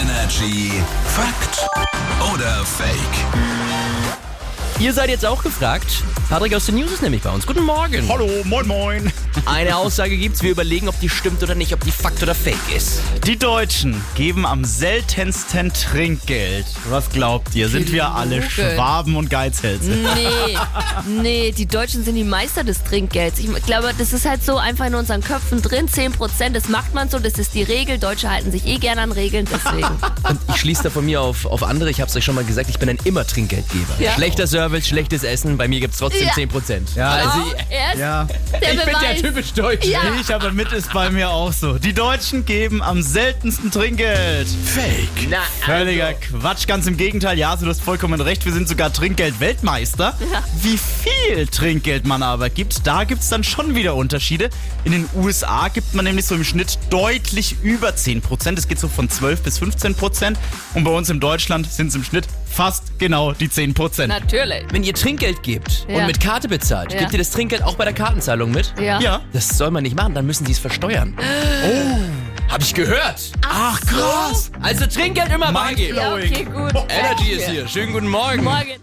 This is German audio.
Energy Fakt oder Fake? Ihr seid jetzt auch gefragt. Patrick aus den News ist nämlich bei uns. Guten Morgen. Hallo, moin moin. Eine Aussage gibt's. Wir überlegen, ob die stimmt oder nicht, ob die Fakt oder Fake ist. Die Deutschen geben am seltensten Trinkgeld. Was glaubt ihr? Sind wir alle Lüge. Schwaben und Geizhälse? Mhm. Nee, nee, die Deutschen sind die Meister des Trinkgelds. Ich glaube, das ist halt so einfach in unseren Köpfen drin. 10 Prozent, das macht man so, das ist die Regel. Deutsche halten sich eh gerne an Regeln, deswegen. Und ich schließe da von mir auf, auf andere. Ich hab's euch schon mal gesagt, ich bin ein immer Trinkgeldgeber. Ja. Schlechter Service, schlechtes Essen. Bei mir gibt's trotzdem Ja. 10%. Ja, also, Oh, er ist Ja. der ich bin der Beweis. typisch Deutsche. Ja. Ich aber mit ist bei mir auch so. Die Deutschen geben am seltensten Trinkgeld. Fake. Na, Völliger Quatsch, ganz im Gegenteil. Ja, also du hast vollkommen recht, wir sind sogar Trinkgeld-Weltmeister. Wie viel Trinkgeld man aber gibt, da gibt es dann schon wieder Unterschiede. In den USA gibt man nämlich so im Schnitt deutlich über 10%. Es geht so von 12 bis 15%. Und bei uns in Deutschland sind es im Schnitt fast genau die 10%. Natürlich. Wenn ihr Trinkgeld gebt Ja. und mit Karte bezahlt, Ja. gebt ihr das Trinkgeld auch bei der Kartenzahlung mit? Ja. ja. Das soll man nicht machen, dann müssen sie es versteuern. Oh, hab ich gehört. Ach, krass. Also Trinkgeld immer beigeben. Mindblowing. Ja, okay, gut. Energy Danke. ist hier. Schönen guten Morgen. Morgen.